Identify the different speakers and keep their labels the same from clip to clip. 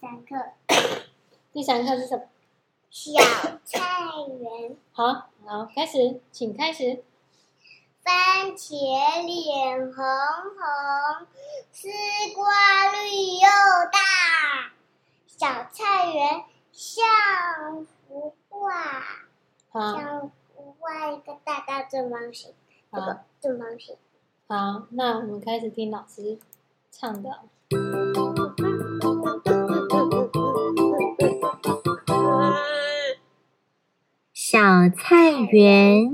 Speaker 1: 堂课，
Speaker 2: 第三课是什么？
Speaker 1: 小菜园，
Speaker 2: 好，好，开始，请开始。
Speaker 1: 番茄脸红红，丝瓜绿又大，小菜园像幅画，
Speaker 2: 好，
Speaker 1: 像幅画一个大大正方形，这
Speaker 2: 好
Speaker 1: 个，正方形。
Speaker 2: 好，那我们开始听老师唱的。
Speaker 3: 小菜园，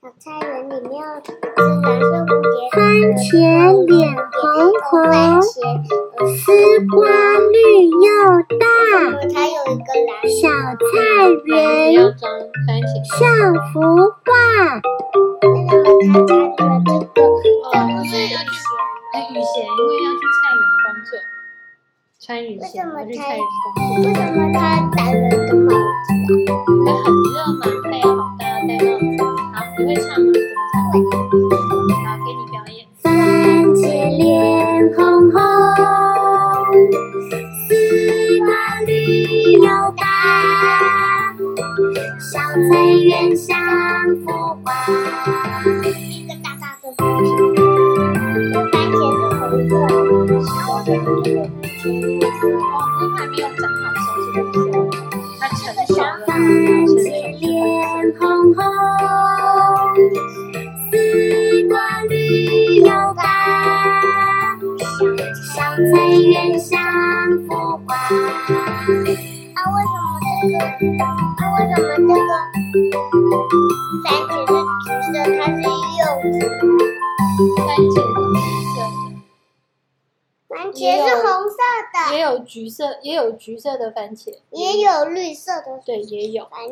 Speaker 1: 小菜园里面有蓝色蝴蝶，
Speaker 3: 番茄脸红
Speaker 1: 番
Speaker 3: 红，
Speaker 1: 茄，呃
Speaker 3: 丝瓜绿又大。
Speaker 1: 嗯它有一个蓝
Speaker 3: 小菜
Speaker 2: 不
Speaker 3: 园
Speaker 2: 要装番茄。
Speaker 3: 像幅画，
Speaker 1: 那个它家里面这个呃这
Speaker 2: 哦
Speaker 1: 不是雨
Speaker 2: 哎，雨鞋，因为要去菜园工作，穿雨鞋
Speaker 1: 为什么
Speaker 2: 要去
Speaker 1: 它
Speaker 2: 菜园工
Speaker 1: 鞋，为什么它戴
Speaker 2: 作。
Speaker 1: 了个帽子？
Speaker 2: 它很热嘛，太阳好大，要戴帽子。好，你会唱吗？怎么唱？好，给你表演。
Speaker 3: 番茄脸红红，丝瓜绿又大，小菜园像幅画。
Speaker 1: 一个大大的红鞋，番茄的红色，然后这里面有天
Speaker 2: 哦，它还没有长好，熟是不是？它成熟了，
Speaker 3: 番
Speaker 2: 成熟
Speaker 3: 茄脸红红，丝瓜绿又大，小菜园像幅画。
Speaker 1: 啊，为什么这个？啊，为什么这个番茄是橘色？它是柚子。
Speaker 2: 番
Speaker 1: 番
Speaker 2: 茄是橘
Speaker 1: 茄是红色
Speaker 2: 色的，也
Speaker 1: 的，
Speaker 2: 有橘色，也有橘色的番茄，
Speaker 1: 也有绿色的
Speaker 2: 对，也有。
Speaker 1: 番茄。